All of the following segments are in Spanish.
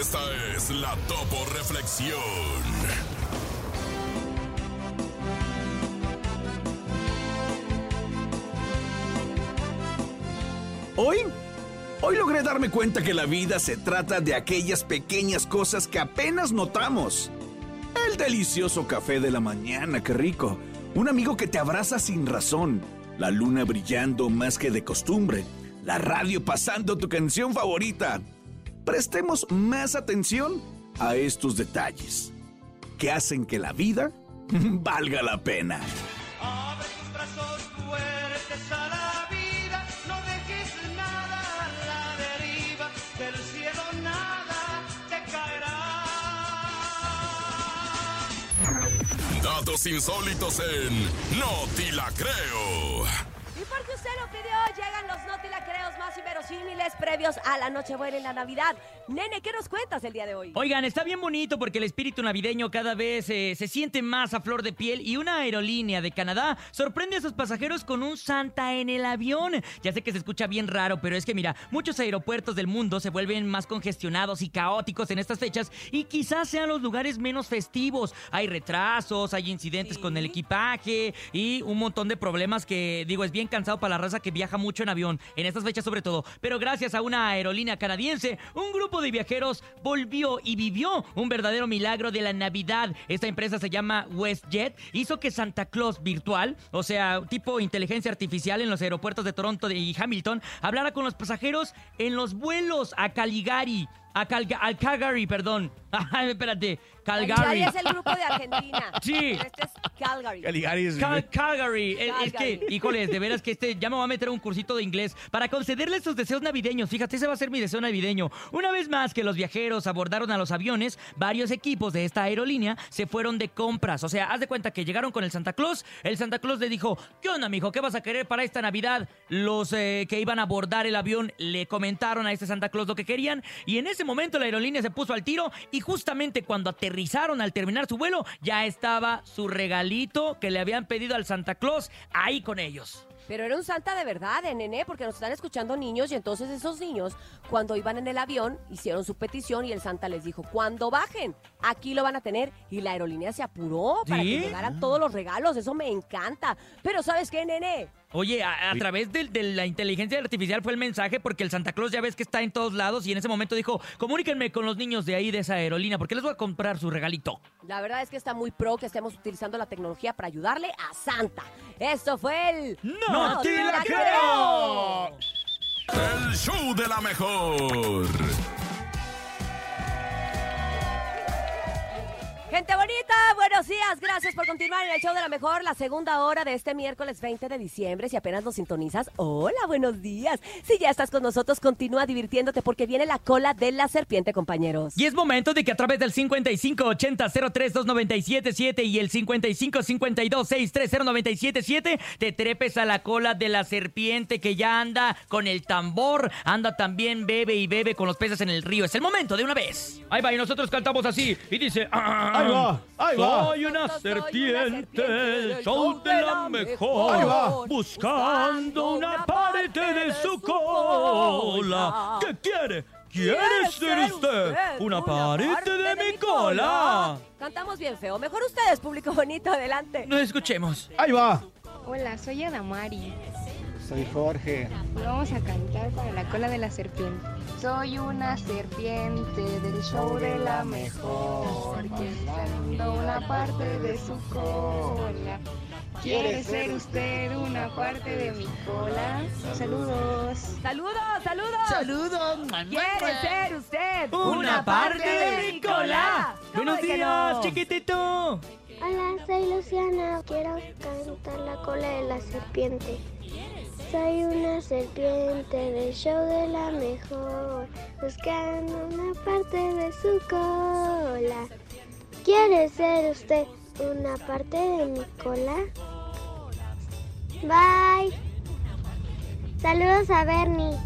Esta es la Topo Reflexión. Hoy, hoy logré darme cuenta que la vida se trata de aquellas pequeñas cosas que apenas notamos. El delicioso café de la mañana, qué rico. Un amigo que te abraza sin razón. La luna brillando más que de costumbre. La radio pasando tu canción favorita. Prestemos más atención a estos detalles que hacen que la vida valga la pena. Abre tus brazos fuertes a la vida, no dejes nada a la deriva, del cielo nada te caerá. Datos insólitos en No Ti La Creo. Y porque usted lo pidió, llegan los no te la creos más inverosímiles previos a la Nochebuena y la Navidad. Nene, ¿qué nos cuentas el día de hoy? Oigan, está bien bonito porque el espíritu navideño cada vez eh, se siente más a flor de piel y una aerolínea de Canadá sorprende a sus pasajeros con un Santa en el avión. Ya sé que se escucha bien raro, pero es que mira, muchos aeropuertos del mundo se vuelven más congestionados y caóticos en estas fechas y quizás sean los lugares menos festivos. Hay retrasos, hay incidentes Sí. con el equipaje y un montón de problemas que, digo, es bien cansado para la raza que viaja mucho en avión, en estas fechas sobre todo. Pero gracias a una aerolínea canadiense, un grupo de viajeros volvió y vivió un verdadero milagro de la Navidad. Esta empresa se llama WestJet, hizo que Santa Claus virtual, o sea, tipo inteligencia artificial en los aeropuertos de Toronto y Hamilton, hablara con los pasajeros en los vuelos a Caligari. A Calga- al Calgary, perdón. Ay, espérate. Caligari Calgary. es el grupo de Argentina. Sí. Este es Calgary. Caligari es... Cal- Calgary. Eh, Es, Calgary. que, híjoles, de veras que este ya me va a meter un cursito de inglés para concederle sus deseos navideños. Fíjate, ese va a ser mi deseo navideño. Una vez más que los viajeros abordaron a los aviones, varios equipos de esta aerolínea se fueron de compras. O sea, haz de cuenta que llegaron con el Santa Claus. El Santa Claus le dijo, ¿qué onda, mijo? ¿Qué vas a querer para esta Navidad? Los eh, que iban a abordar el avión le comentaron a este Santa Claus lo que querían y en ese momento la aerolínea se puso al tiro y justamente cuando aterrizaron al terminar su vuelo ya estaba su regalito que le habían pedido al Santa Claus ahí con ellos. Pero era un santa de verdad, eh, nene, porque nos están escuchando niños y entonces esos niños, cuando iban en el avión, hicieron su petición y el santa les dijo, cuando bajen, aquí lo van a tener. Y la aerolínea se apuró para ¿Sí? que llegaran todos los regalos, eso me encanta. Pero ¿sabes qué, nene? Oye, a, a Oye. través del- de, la inteligencia artificial fue el mensaje porque el Santa Claus ya ves que está en todos lados y en ese momento dijo, comuníquenme con los niños de ahí de esa aerolínea porque les voy a comprar su regalito. La verdad es que está muy pro que estemos utilizando la tecnología para ayudarle a Santa. Esto fue el... ¡No te la creo! El show de la mejor. Gente bonita, buenos días. Gracias por continuar en el show de la mejor, la segunda hora de este miércoles 20 de diciembre. Si apenas nos sintonizas, hola, buenos días. Si ya estás con nosotros, continúa divirtiéndote porque viene la cola de la serpiente, compañeros. Y es momento de que a través del 5580-032977 y el 5552-630977 te trepes a la cola de la serpiente que ya anda con el tambor, anda también bebe y bebe con los peces en el río. Es el momento de una vez. Ahí va, y nosotros cantamos así y dice... "Ah, Ahí va, ahí va. Soy Soy una una serpiente, serpiente, el show de la mejor. Ahí va. Buscando una parte de su cola. ¿Qué quiere? ¿Quiere ser usted una parte de mi cola? Cantamos bien feo. Mejor ustedes, público bonito, adelante. Nos escuchemos. Ahí va. Hola, soy Adamari. Soy Jorge. Vamos a cantar para la cola de la serpiente. Soy una serpiente del show de la mejor, que está una parte de su cola. ¿Quiere ser usted una parte de mi cola? Saludos. Saludos, saludos. Saludos. ¿Quiere ser usted ¿Cómo Buenos de que días, no? chiquitito. Hola, soy Luciana. Quiero cantar la cola de la serpiente. Soy una serpiente del show de la mejor, buscando una parte de su cola. ¿Quiere ser usted una parte de mi cola? Bye. Saludos a Bernie.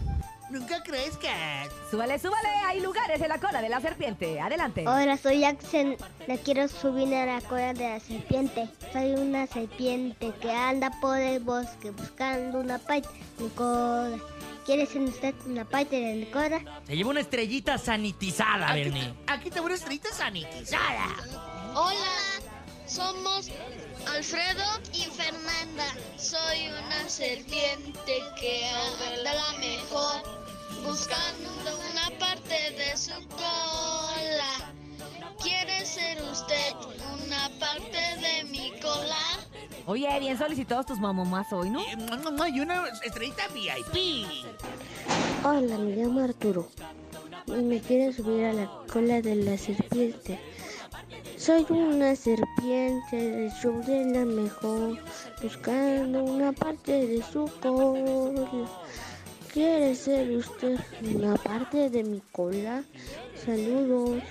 Nunca crezcas. Súbale, súbale, hay lugares en la cola de la serpiente. Adelante. Hola, soy Jackson. Le quiero subir a la cola de la serpiente. Soy una serpiente que anda por el bosque buscando una parte de mi cola. ¿Quiere ser usted una parte del Cora? Se lleva una estrellita sanitizada, Aquí, Bernie. aquí te voy una estrellita sanitizada. Hola, somos Alfredo y Fernanda. Soy una serpiente que anda la mejor, buscando una parte de su cola. ¿Quiere ser usted una parte de mi cola? Oye, bien solicitados tus mamomás hoy, ¿no? Y una estrellita VIP. Hola, me llamo Arturo. Y me quiero subir a la cola de la serpiente. Soy una serpiente del show de la mejor, buscando una parte de su cola. ¿Quiere ser usted una parte de mi cola? Saludos.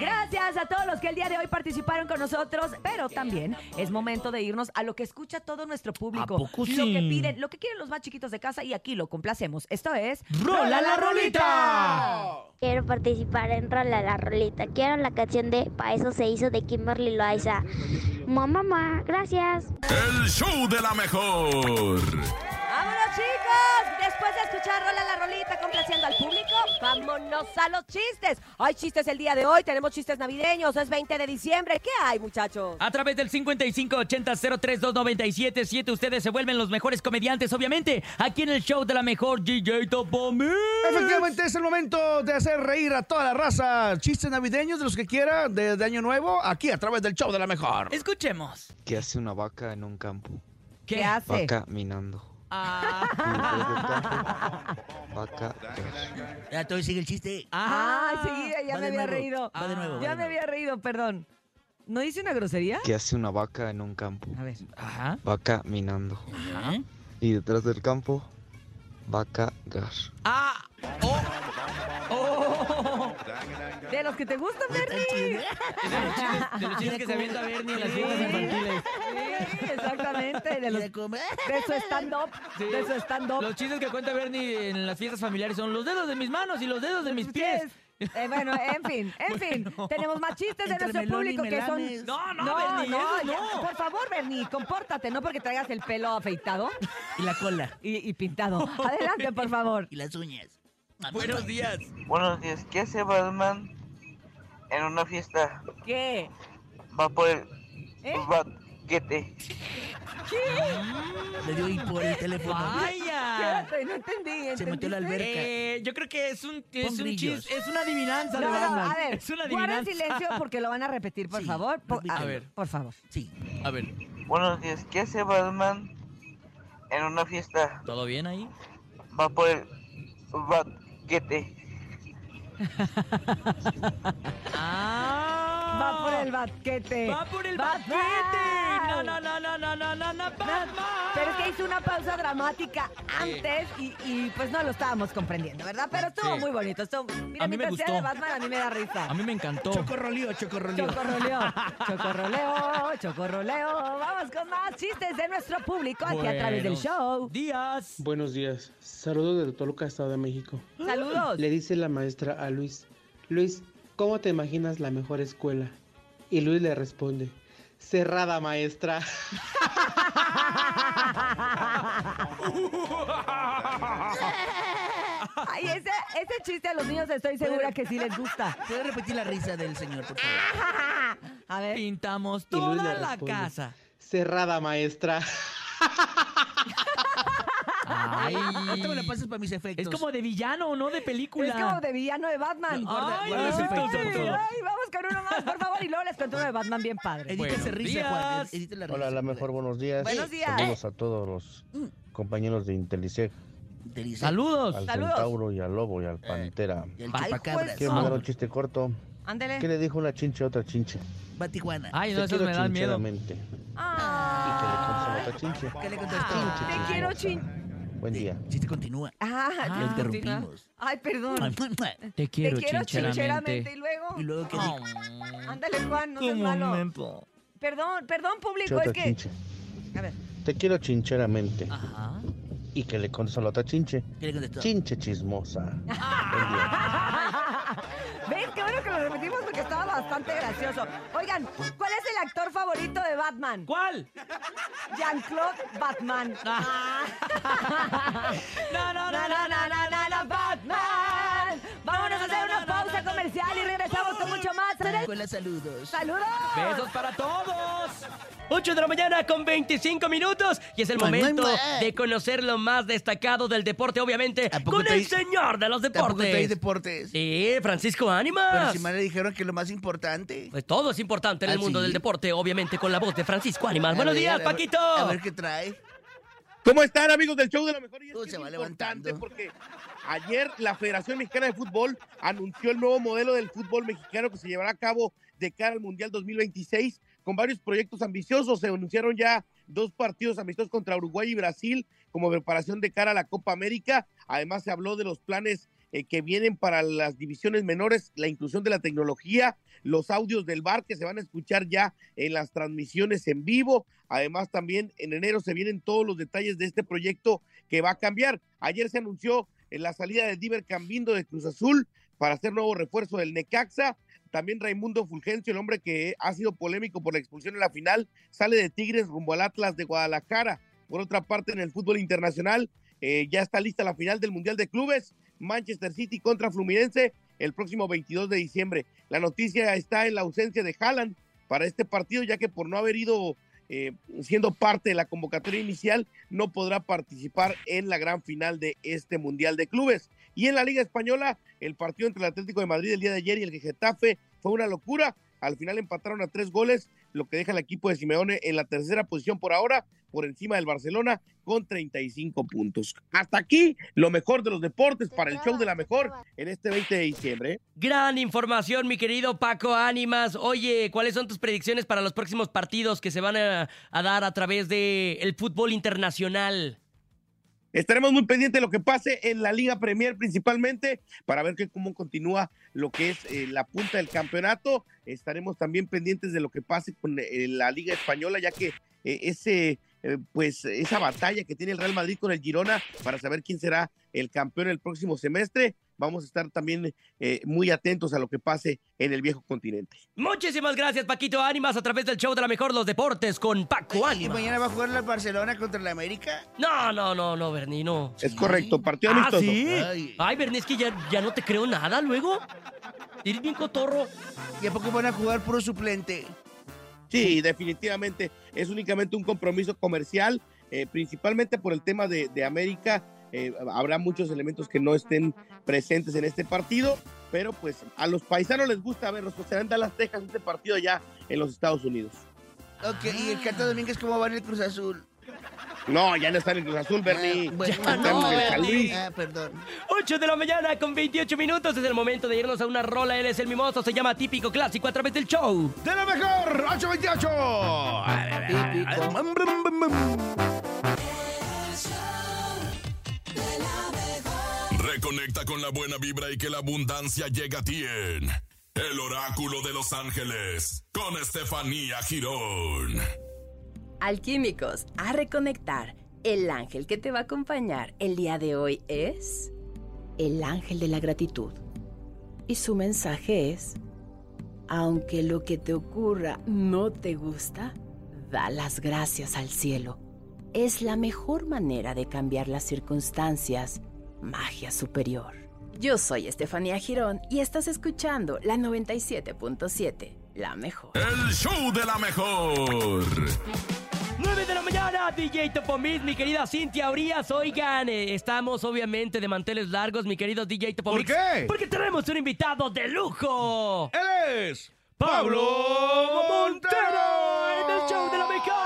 Gracias a todos los que el día de hoy participaron con nosotros, pero también es momento de irnos a lo que escucha todo nuestro público, ¿A poco lo sí? que piden, lo que quieren los más chiquitos de casa y aquí lo complacemos. Esto es ¡Rola la rolita! Quiero participar en Rola la Rolita. Quiero la canción de Pa' eso se hizo de Kimberly Loaiza. Mamá, mamá, gracias. El show de la mejor. ¡Vámonos, chicos! Después de escuchar Rola la Rolita complaciendo al público, vámonos a los chistes. Hay chistes el día de hoy, tenemos chistes navideños, es 20 de diciembre. ¿Qué hay, muchachos? Ah, A través del 5580-032977, ustedes se vuelven los mejores comediantes, obviamente, aquí en el show de la mejor DJ Topomir. Efectivamente, es el momento de hacer reír a toda la raza. Chistes navideños de los que quiera, de, de Año Nuevo, aquí a través del show de la mejor. Escuchemos. ¿Qué hace una vaca en un campo? ¿Qué, ¿Qué? hace? Va caminando. Va ca- Ya todo sigue el chiste. Ah, sí, ya Va me de había nuevo, reído. Va de nuevo. va ya de me nuevo. había reído, perdón. ¿No dice una grosería? ¿Qué hace una vaca en un campo? A ver. Ajá. Va caminando. Ajá. Y detrás del campo va a cagar. Ah. Oh. Oh. De los que te gustan, Bernie. De los chistes que se avienta Bernie en las fiestas infantiles. Sí, exactamente. De, Y los- de comer. de su stand-up. Sí. De su stand-up. Los chistes que cuenta Bernie en las fiestas familiares son los dedos de mis manos y los dedos de mis pies. Eh, bueno, en fin, en fin. Tenemos más chistes de Entre nuestro melón y público que melames. son. No, no, Bernie, eso ya, no. Por favor, Bernie, compórtate, no porque traigas el pelo afeitado Y la cola. y, y pintado. Adelante, por favor. Y las uñas. Buenos días. Buenos días, ¿qué hace Batman en una fiesta? ¿Qué? Va por el pues, ¿Eh? baquete. Le dio y por el teléfono. Vaya. Espérate, no entendí. Ah. Se metió a la ¿entendiste? alberca. Eh, yo creo que es un, es Pon un grillos. chis- es una adivinanza No, de no, Batman. a ver, es una guarden adivinanza. silencio porque lo van a repetir, por Sí, favor. Por, a repítelo. ver, por favor. Sí. A ver, Buenos días, ¿qué hace Batman en una fiesta? ¿todo bien ahí? Va por el baquete. Ah. Va por el ¡Ah! baquete. Va por el Batman. baquete. No, no, no, no, no, no, no, no, Batman. Pero es que hizo una pausa dramática antes y, y, pues no lo estábamos comprendiendo, ¿verdad? Pero estuvo Sí. muy bonito. estuvo- mira, A mí me mientras sea gustó. de Batman, a mí me da risa. A mí me encantó. Chocorrolío, chocorrolío. Chocorroleo, chocorroleo, chocorroleo. Vamos con más chistes de nuestro público aquí a través del Buenos show. Días. Buenos días. Saludos de Toluca, Estado de México. Saludos. Le dice la maestra a Luis. Luis, ¿cómo te imaginas la mejor escuela? Y Luis le responde. Cerrada, maestra. Ay, ese, ese chiste a los niños estoy segura que sí les gusta. ¿Puedes repetir la risa del señor, por favor? A ver. Pintamos Y Luis toda le la responde. casa. Cerrada, maestra. Ay. Ahorita me la pasas para mis efectos. Es como de villano, no de película. Es como de villano de Batman. No, guarda- ay, guarda ay, ese efecto, por favor. ay, vamos con uno más, por favor, y luego les cuento uno de Batman bien padre. Edita Buenos esa risa, Juan. días. Edita la risa. Hola, la mejor, buenos días. Buenos días. Saludos a todos los compañeros de Intelisec, Te dice, Saludos. al Saludos. centauro y al lobo Eh, y al pantera. Y el Ay, chupacabras. juez. Quiero mandar un chiste corto. ¿Qué Pues, Ándele. le dijo una chinche a otra chinche? Va a Tijuana. Ay, no, Te esos quiero me dan miedo. chincheramente. Ah, ¿Qué le contestó la otra chinche? ¿Qué le Pues ah, contestaste? te quiero chin. Buen día. Sí, te continúa. Ah, Lo interrumpimos. ay, perdón. pues, Te quiero, te quiero chincheramente. chincheramente. Y luego, Y luego que Ah, dijo, ándale, Juan, no seas Un malo. momento. Perdón, perdón, Chinche a público, es otra pues que. chinche. A ver. Te quiero chincheramente. Ajá. ¿Y qué le contestó la otra chinche? ¿qué le contestó? Chinche chismosa. Buen día. ¿Ves? Qué bueno que lo repetimos porque estaba bastante gracioso. Oigan, ¿cuál es el actor favorito de Batman? ¿Cuál? Jean-Claude Batman. No, no, no, no, no, no, no, Batman. Vámonos a hacer una pausa comercial y regresamos con mucho más. Con los saludos. ¡Saludos! ¡Besos para todos! 8 de la mañana con 25 minutos y es el Mua, mua, momento mua. de conocer lo más destacado del deporte, obviamente, con te el hay- señor de los Tampoco te hay deportes. deportes. Sí, Francisco Ánimas. Pero si mal le dijeron que lo más importante. Pues todo es importante en el Ah, mundo sí. del deporte, obviamente, con la voz de Francisco A Ánimas. Buenos ver, días, a ver, Paquito. A ver qué trae. ¿Cómo están, amigos del show de la mejor? Y es Tú que se es va importante levantando. porque ayer la Federación Mexicana de Fútbol anunció el nuevo modelo del fútbol mexicano que se llevará a cabo de cara al Mundial 2026 con varios proyectos ambiciosos. Se anunciaron ya dos partidos amistosos contra Uruguay y Brasil como preparación de cara a la Copa América. Además se habló de los planes eh, que vienen para las divisiones menores, la inclusión de la tecnología, los audios del bar que se van a escuchar ya en las transmisiones en vivo. Además, también en enero se vienen todos los detalles de este proyecto que va a cambiar. Ayer se anunció eh, la salida de Diver Cambindo de Cruz Azul para hacer nuevo refuerzo del Necaxa. También Raimundo Fulgencio, el hombre que ha sido polémico por la expulsión en la final, sale de Tigres rumbo al Atlas de Guadalajara. Por otra parte, en el fútbol internacional, eh, ya está lista la final del Mundial de Clubes, Manchester City contra Fluminense, el próximo 22 de diciembre. La noticia está en la ausencia de Haaland para este partido, ya que por no haber ido eh, siendo parte de la convocatoria inicial, no podrá participar en la gran final de este Mundial de Clubes. Y en la Liga Española, el partido entre el Atlético de Madrid el día de ayer y el Getafe fue una locura. Al final empataron a tres goles, lo que deja al equipo de Simeone en la tercera posición por ahora, por encima del Barcelona, con 35 puntos. Hasta aquí lo mejor de los deportes para el show de la mejor en este 20 de diciembre. ¿eh? Gran información, mi querido Paco Ánimas. Oye, ¿cuáles son tus predicciones para los próximos partidos que se van a, a dar a través del el fútbol internacional? Estaremos muy pendientes de lo que pase en la Liga Premier principalmente para ver que cómo continúa lo que es eh, la punta del campeonato. Estaremos también pendientes de lo que pase con eh, la Liga Española, ya que eh, ese eh, pues esa batalla que tiene el Real Madrid con el Girona para saber quién será el campeón el próximo semestre. Vamos a estar también eh, muy atentos a lo que pase en el viejo continente. Muchísimas gracias, Paquito Ánimas, a través del show de la mejor los deportes con Paco ¿Y Ánimas. mañana va a jugar la Barcelona contra la América? No, no, no, no, Bernie, no. Es correcto, partido Ah, amistoso. ¿sí? Ay. Ay, Bernie, es que ya, ya no te creo nada luego. Eres bien cotorro. ¿Y a poco van a jugar puro suplente? Sí, definitivamente. Es únicamente un compromiso comercial, eh, principalmente por el tema de, de América. Eh, habrá muchos elementos que no estén presentes en este partido, pero pues a los paisanos les gusta verlos. Pues serán Dallas, Texas, este partido allá en los Estados Unidos. Ok, ¿y el Cata Domínguez cómo va en el Cruz Azul? No, ya no están en Cruz Azul, Bernie. Ah, bueno, Ya están en el San Luis. Ah, perdón. 8 de la mañana con 28 minutos. Es el momento de irnos a una rola. Él es el mimoso. Se llama Típico Clásico a través del show. ¡De la mejor! Ah. ¡828! Reconecta con la buena vibra y que la abundancia llegue a ti en El Oráculo de Los Ángeles con Estefanía Girón. Alquímicos, a reconectar. El ángel que te va a acompañar el día de hoy es el ángel de la gratitud. Y su mensaje es, aunque lo que te ocurra no te gusta, da las gracias al cielo. Es la mejor manera de cambiar las circunstancias. Magia superior. Yo soy Estefanía Girón y estás escuchando la 97.7, la mejor. El show de la mejor. 9 de la mañana, DJ Topomix, mi querida Cintia Urias. Oigan, eh, estamos obviamente de manteles largos, mi querido DJ Topomix. ¿Por qué? Porque tenemos un invitado de lujo. Él es Pablo Montero en el show de la mejor.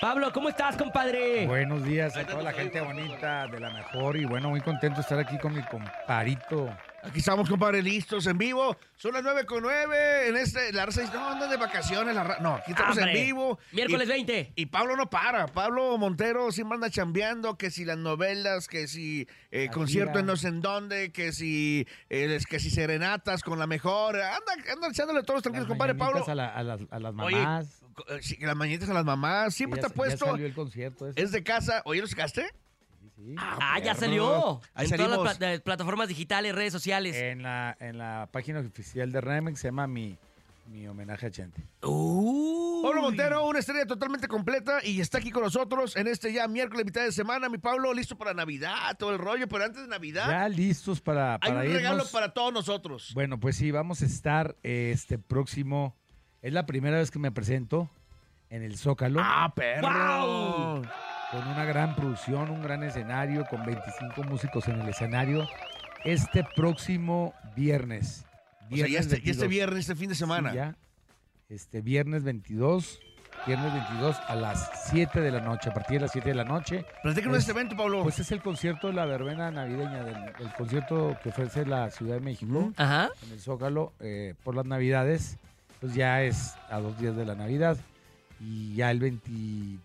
Pablo, ¿cómo estás, compadre? Buenos días a toda la gente bonita de la mejor y bueno, muy contento de estar aquí con mi comparito. Aquí estamos, compadre, listos en vivo. Son las 9 con 9. En este, la raza dice, no, andan de vacaciones. La ra-". no, aquí estamos Hombre, en vivo. miércoles Y- 20. Y Pablo no para. Pablo Montero siempre anda chambeando. Que si las novelas, que si eh, concierto en no sé en dónde, que si, eh, es- que si serenatas con la mejor. Anda, anda echándole todos los tranquilos, compadre Pablo. Mañanitas A, la- a las, a las Oye, mamás. co- eh, sí, las mañanitas a las mamás. Siempre Ya está sa- ya puesto. salió el concierto. ese. Es de casa. Oye, ¿lo sacaste? Ah, ya salió. Ahí en todas las salimos. pla- eh, plataformas digitales, redes sociales. En la, en la página oficial de Remex se llama Mi, mi homenaje a Chente. Uh. Pablo Montero, una estrella totalmente completa y está aquí con nosotros en este ya miércoles, mitad de semana. Mi Pablo, listo para Navidad, todo el rollo, pero antes de Navidad Ya listos para, hay un para regalo irnos. para todos nosotros. Bueno, pues sí, vamos a estar eh, este próximo. Es la primera vez que me presento en el Zócalo. ¡Ah, perro! ¡Guau! Con una gran producción, un gran escenario, con 25 músicos en el escenario. Este próximo viernes. O sea, ya este, ya este 22. viernes, este fin de Sí, semana. ya. Este viernes 22. Viernes 22 a las 7 de la noche, a partir de las 7 de la noche. Platícanos de este evento, Pablo. Pues es el concierto de la verbena navideña, del, el concierto que ofrece la Ciudad de México Ajá. en el Zócalo eh, por las Navidades. Pues ya es a dos días de la Navidad y ya el 20 el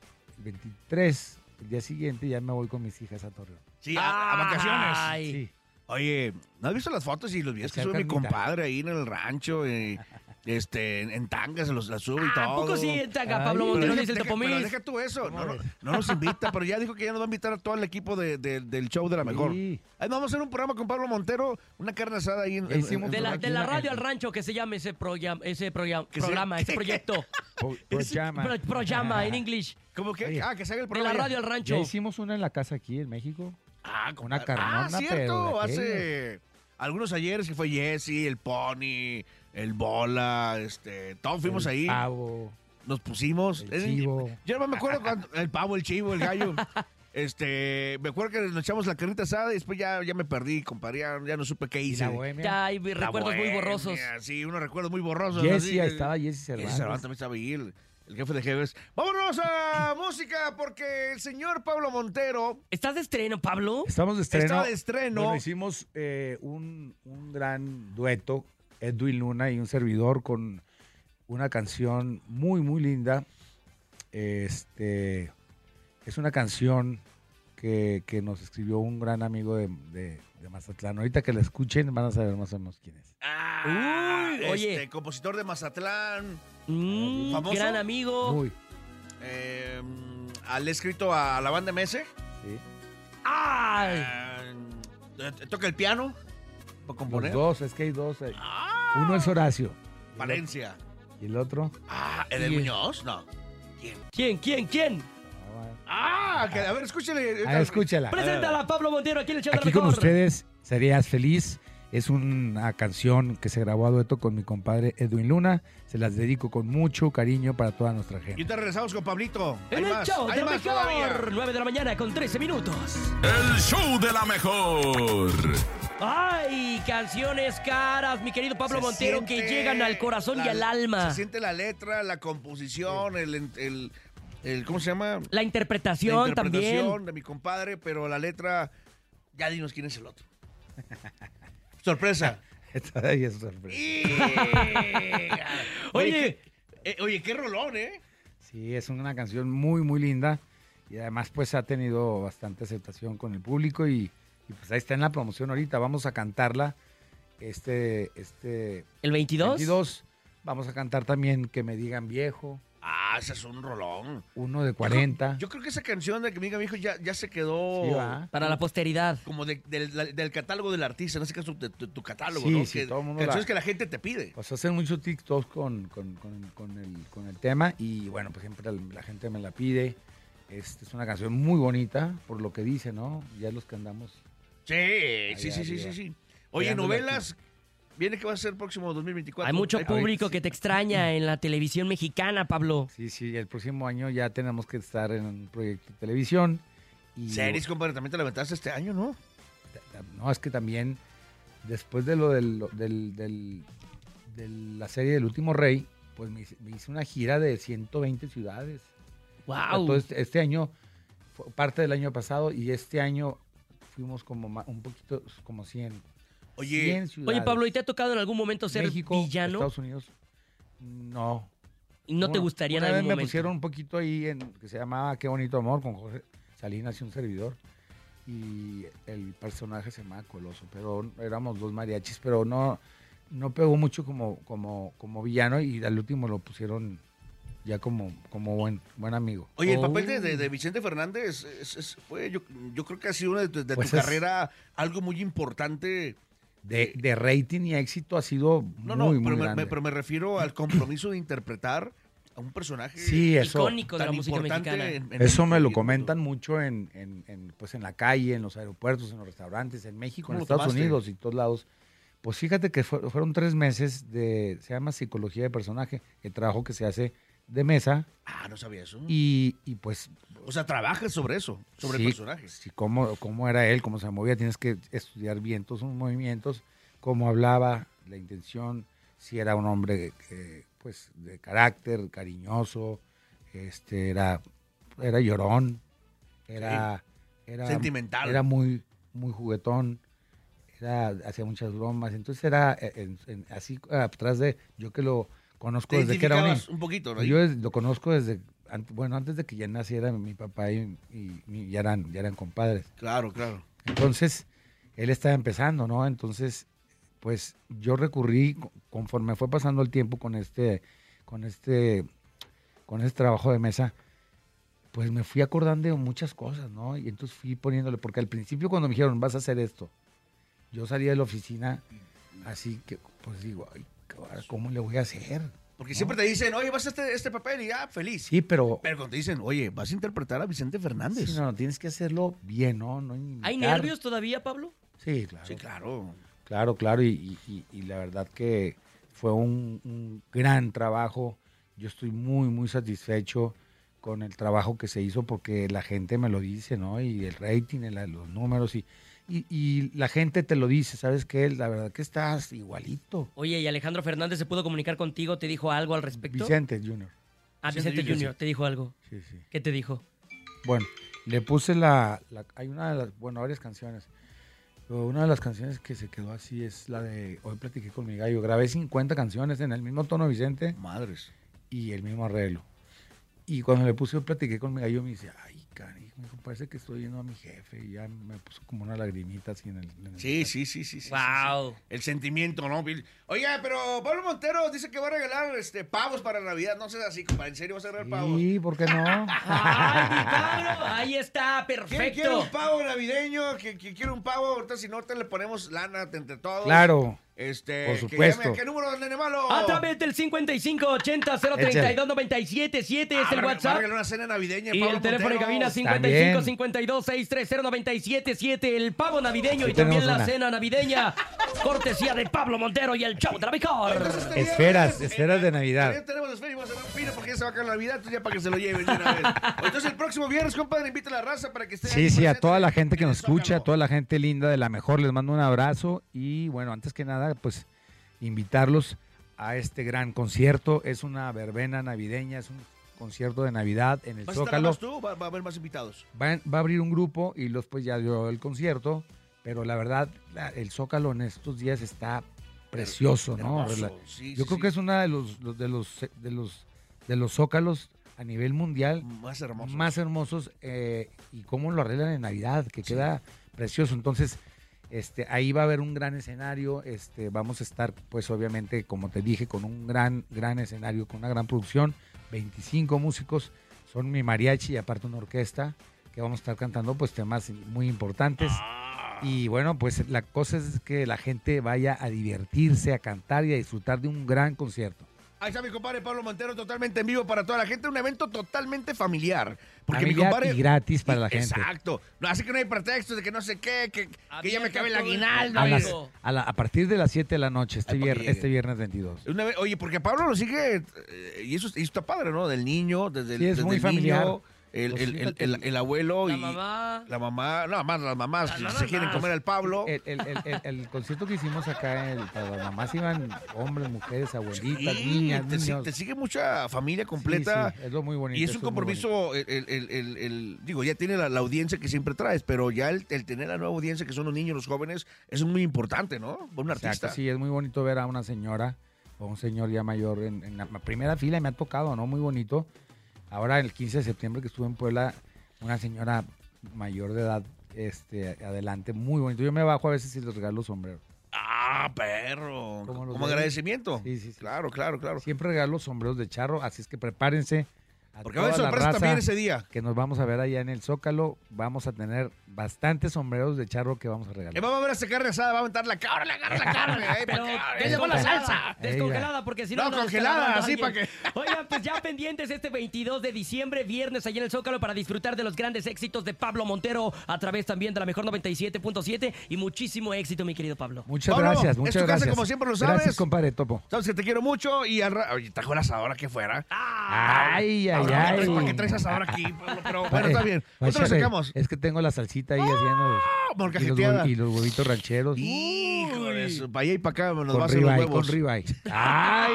23, el día siguiente, ya me voy con mis hijas a Torreón. Sí, a, a vacaciones. Ay. Oye, ¿no has visto las fotos y los videos que Echar sube mi carnita. compadre ahí en el rancho? eh, este, en, en tangas los las sube y Ah, ¿a todo. poco sí en tanga, Ay, Pablo pero Montero, deja- dice el deja- Topomil? Pero deja tú eso, no, no, no nos invita, pero ya dijo que ya nos va a invitar a todo el equipo de- de- del show de la mejor. Sí. Ahí vamos a hacer un programa con Pablo Montero, una carne asada ahí en, en- en- de, la, aquí de en la radio al rancho que se llama ese, proya- ese proya- se- programa, ese proyecto. Programa. Pro- Programa en inglés. ¿Cómo que? Ah, que se haga el De la radio al rancho. Ya hicimos una en la casa aquí en México. Ah, una carnona, Ah, cierto, pero de aquellas. hace algunos ayeres que fue Jesse, el Pony, el Bola, este, todos fuimos El ahí. pavo. Nos pusimos. Es- chivo. Yo no me acuerdo cuando. El pavo, el chivo, el gallo. Este, me acuerdo que nos echamos la carnita asada y después ya, ya me perdí, compadre. Ya, ya no supe qué hice. la bohemia? Ya hay La recuerdos muy bohemia, borrosos. Sí, unos recuerdos muy borrosos. Jesse, así, ahí eh, estaba Jesse Cervantes. Jesse también estaba ahí, el, el jefe de jefes. Vámonos a música porque el señor Pablo Montero. ¿Estás de estreno, Pablo? Estamos de estreno. Está de estreno. Bueno, hicimos eh, un, un gran dueto, Edwin Luna y un servidor, con una canción muy, muy linda. Este es una canción que, que nos escribió un gran amigo de, de- de Mazatlán. Ahorita que la escuchen van a saber más o menos quién es. Uh, Ah, Uy, oye. mm, este, compositor de Mazatlán. famoso. Gran amigo. Muy. Eh, al escrito a la banda MS. Sí. ¡Ay! Eh, toca el piano. Para Los componer. dos, es que hay dos. eh. Uno es Horacio Valencia. y el otro. Ah, ¿el del Sí. Muñoz? No. ¿Quién, quién, quién? Ah, que- a ver, escúchale. A ver, Ah, escúchala. Ah. Preséntala a Pablo Montero aquí en el show de la Aquí con mejor. ustedes serías feliz. Es una canción que se grabó a dueto con mi compadre Edwin Luna. Se las dedico con mucho cariño para toda nuestra gente. Y te regresamos con Pablito. En Hay el más, show hay de la más todavía. mejor. 9 de la mañana con 13 minutos. El show de la mejor. Ay, canciones caras, mi querido Pablo Se Montero, que siente llegan al corazón la- y al alma. Se siente la letra, la composición, el, el- el- ¿Cómo se llama? La interpretación, la interpretación también. de mi compadre, pero la letra. Ya dinos quién es el otro. Sorpresa. Todavía es sorpresa. Oye. qué- eh, oye, qué rolón, ¿eh? Sí, es una canción muy, muy linda. Y además, pues ha tenido bastante aceptación con el público. Y, y, pues ahí está en la promoción ahorita. Vamos a cantarla. Este, este. ¿El 22? 22. Vamos a cantar también Que me digan viejo. Ah, ese es un rolón. Uno de 40. Yo creo que esa canción de que me diga mi hijo ya, ya se quedó. Oh. Sí, va. Para la posteridad. Como de- del, la- del catálogo del artista, en este caso de tu, tu catálogo, Sí, ¿no? sí, que, todo el mundo canciones la- que la gente te pide. Pues hacen mucho TikTok con, con, con- con el, con el tema y bueno, pues siempre la gente me la pide. Este, es una canción muy bonita, por lo que dice, ¿no? Ya los que andamos. Sí, sí, sí, sí, sí, arriba. sí. Oye, Pegándole novelas. Viene que va a ser el próximo 2024. Hay mucho público que te extraña en la televisión mexicana, Pablo. Sí, sí, el próximo año ya tenemos que estar en un proyecto de televisión. Y, Series, compadre, también te la aventaste este año, ¿no? No, es que también después de lo del, del- del- de la serie del último rey, pues me, hice- me hice una gira de 120 ciudades. ¡Guau! Entonces, este año, fue parte del año pasado y este año fuimos como ma- un poquito, como 100. Oye, 100 ciudades. oye Pablo, ¿y te ha tocado en algún momento ser México, villano? Estados Unidos. No. ¿Y no te Una- gustaría en una vez algún me momento? pusieron un poquito ahí en que se llamaba Qué bonito amor con Jorge Salinas y un servidor. Y el personaje se llamaba Coloso, pero éramos dos mariachis, pero no no pegó mucho como como como villano y al último lo pusieron ya como, como buen, buen amigo. Oye, el Oh. papel de, de- de Vicente Fernández es- es- fue, yo, yo creo que ha sido una de, tu- de Pues tu es- carrera algo muy importante. de, de rating y éxito ha sido No, muy, no, muy pero, me- me, grande. pero me refiero al compromiso de interpretar a un personaje Sí, eso. Icónico de la música importante mexicana. en- en- Eso me lo comentan mucho en, en- en, pues en la calle, en los aeropuertos, en los restaurantes, en México, ¿Cómo en lo Estados tomaste? Unidos y todos lados. Pues fíjate que fue- fueron tres meses de, se llama psicología de personaje, el trabajo que se hace de mesa Ah, no sabía eso. y, y pues o sea, trabajas sobre eso, sobre sí, el personaje. sí, cómo, cómo era él, cómo se movía, tienes que estudiar bien todos sus movimientos, cómo hablaba, la intención, si era un hombre eh, pues de carácter, cariñoso, este era, era llorón, era, era Sentimental. Era muy, muy juguetón, era, hacía muchas bromas. Entonces era eh, en- en- así ah, atrás de, yo que lo conozco Te desde que era un, Pues identificabas un poquito, ¿no? Yo es- lo conozco desde, ant- bueno, antes de que ya naciera mi papá y, y- y ya, eran, ya eran compadres. Claro, claro. Entonces, él estaba empezando, ¿no? Entonces, pues yo recurrí, co- conforme fue pasando el tiempo con este, con este, con este trabajo de mesa, pues me fui acordando de muchas cosas, ¿no? Y entonces fui poniéndole, porque al principio cuando me dijeron, vas a hacer esto, yo salí de la oficina, así que, pues digo, "Ay, cabrón, ¿cómo le voy a hacer? Porque ¿No? siempre te dicen, oye, vas a este, este papel y ya, feliz. Sí, pero... Pero cuando te dicen, oye, vas a interpretar a Vicente Fernández. Sí, no, no, tienes que hacerlo bien, ¿no? no ¿Hay imitar. nervios todavía, Pablo? Sí, claro. Sí, claro. Claro, claro, y, y- y- y la verdad que fue un, un gran trabajo. Yo estoy muy, muy satisfecho con el trabajo que se hizo porque la gente me lo dice, ¿no? Y el rating, el- los números, y, y, y la gente te lo dice, ¿sabes qué? La verdad que estás igualito. Oye, ¿y Alejandro Fernández se pudo comunicar contigo? ¿Te dijo algo al respecto? Vicente Junior. Ah, Vicente, Vicente Junior, Junior, sí. ¿te dijo algo? Sí, sí. ¿Qué te dijo? Bueno, le puse la, la- Hay una de las. Bueno, varias canciones. Pero una de las canciones que se quedó así es la de Hoy platiqué con mi gallo. Grabé 50 canciones en el mismo tono, Vicente. Madres. Y el mismo arreglo. Y cuando le puse Hoy platiqué con mi gallo, me dice, ay, cariño, parece que estoy viendo a mi jefe. Y ya me puso como una lagrimita así en el. en el- Sí, sí, sí, sí. sí, wow. El sentimiento, ¿no? Bill? Oye, pero Pablo Montero dice que va a regalar este, pavos para Navidad. No seas así, compadre. ¿En serio vas a regalar pavos? Sí, ¿por qué no? Pablo, ahí está, ¿Quién quiere perfecto. un pavo navideño? ¿Quién, quién quiere un pavo? Ahorita si no, ahorita le ponemos lana entre todos. Claro. Este, Por que supuesto. llame. ¿Qué número es nene malo? A través del 5580 032 977 es Ah, el va a WhatsApp. regalar una cena navideña, Y Pablo el teléfono de Montero. cabina También. 55 52 630 977 el pavo navideño Ahí y también tenemos la una. cena navideña. Cortesía de Pablo Montero y el chavo de la mejor. Esferas, esferas de Navidad. Ya tenemos los Facebook, vamos a hacer un pino porque ya se va a acabar la Navidad, entonces ya para que se lo lleven de una vez. Entonces el próximo viernes, compadre, invita a la raza para que esté Sí, sí, a toda la gente que nos escucha, a toda la gente linda de la mejor, les mando un abrazo y bueno, antes que nada, pues invitarlos a este gran concierto. Es una verbena navideña, es un concierto de Navidad en el ¿Vas a estar nada Zócalo. más tú? Va, va a haber más invitados. Va, va a abrir un grupo y los pues ya dio el concierto, pero la verdad, la- el Zócalo en estos días está precioso, ¿no? Hermoso, Rela- sí, Yo sí, creo sí. que es una de los, los- de los de los de los Zócalos a nivel mundial Más hermoso. más hermosos eh, y cómo lo arreglan en Navidad, que queda precioso. Entonces, este, ahí va a haber un gran escenario. Este, vamos a estar, pues, obviamente, como te dije, con un gran, gran escenario, con una gran producción. 25 músicos, son mi mariachi y aparte una orquesta que vamos a estar cantando, pues, temas muy importantes. Y bueno, pues la cosa es que la gente vaya a divertirse, a cantar y a disfrutar de un gran concierto. Ahí está mi compadre Pablo Montero totalmente en vivo para toda la gente, un evento totalmente familiar. Porque mi Familiar compadre y gratis para la gente. Exacto. No, así que no hay pretextos de que no sé qué, que, que ya me cabe el todo el aguinaldo. A, y- las- a la- a partir de las 7 de la noche, este, para que viernes, llegue. este viernes 22. Una vez- oye, porque Pablo lo sigue, eh, y eso, y está padre, ¿no? Del niño, desde el, Sí, es desde muy el familiar. niño, el, Pues el- el- fíjate. el- el abuelo y mamá. la mamá, no, más las mamás que Las se quieren mamás. comer al Pablo. El, el- el- el- el concierto que hicimos acá, el, para las mamás iban hombres, mujeres, abuelitas, Sí, niñas, te, si- niños. te sigue mucha familia completa. Sí, sí, es lo muy bonito. Y es eso un muy bonito. compromiso, el, el- el- el- digo, ya tiene la, la audiencia que siempre traes, pero ya el, el tener la nueva audiencia que son los niños, los jóvenes, es muy importante, ¿no? Para un Exacto, artista. sí, es muy bonito ver a una señora o un señor ya mayor en, en la primera fila, me ha tocado, ¿no? Muy bonito. Ahora, el 15 de septiembre que estuve en Puebla, una señora mayor de edad, este, adelante, muy bonito. Yo me bajo a veces y les regalo sombrero. Ah, Ah, perro. Como los Como de- agradecimiento. Sí, sí, sí. Claro, claro, claro. Siempre regalo sombreros de charro, así es que prepárense. a Porque va a haber toda la sorpresas raza también ese día. Que nos vamos a ver allá en el Zócalo. Vamos a tener bastantes sombreros de charro que vamos a Eh, regalar. vamos a ver a esa carne asada, va a aventar la carne, la carne, la carne. eh, Pero porque- ah, descongelada, eh, llegó la salsa. Descongelada, porque si no. No, nos congelada, está así para grabando que. alguien. Oigan, pues ya pendientes este 22 de diciembre, viernes, allá en el Zócalo, para disfrutar de los grandes éxitos de Pablo Montero a través también de la mejor 97.7 y muchísimo éxito, mi querido Pablo. Muchas Pablo, gracias, es muchas tu casa, gracias. como siempre lo Gracias, sabes. compadre Topo. Sabes que te quiero mucho y al ra... Oye, trajo el asador aquí fuera. Ay, ah, ay, ay. ¿Para qué traes asador aquí, Pablo? Pero bueno, Compadre, está bien. Nosotros lo ¡Ah! échale, sacamos. Es que tengo la salsita ahí haciendo. y, los, Molcajeteada. hue- y los huevitos rancheros. Hijo de su- para allá y para acá nos va a con hacer los ribeye, huevos. con ribeye. ¡Ay!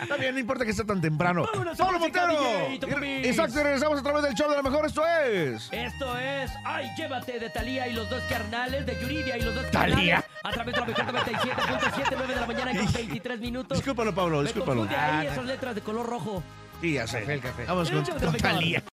Está bien, no importa que sea tan temprano. Vámonos a ¡Pablo música, Montero! DJ, Topis. Exacto, y regresamos a través del show de la mejor. Esto es. Esto es Ay, llévate de Talía y los dos carnales, de Yuridia y los dos Thalía. carnales. A través de la mejor 97.7, 9 de la mañana con 23 minutos. Discúlpalo, Pablo, Me discúlpalo. confunde ahí esas letras de color rojo. Sí, ya sé. Vamos El con show de la mejor. Talía.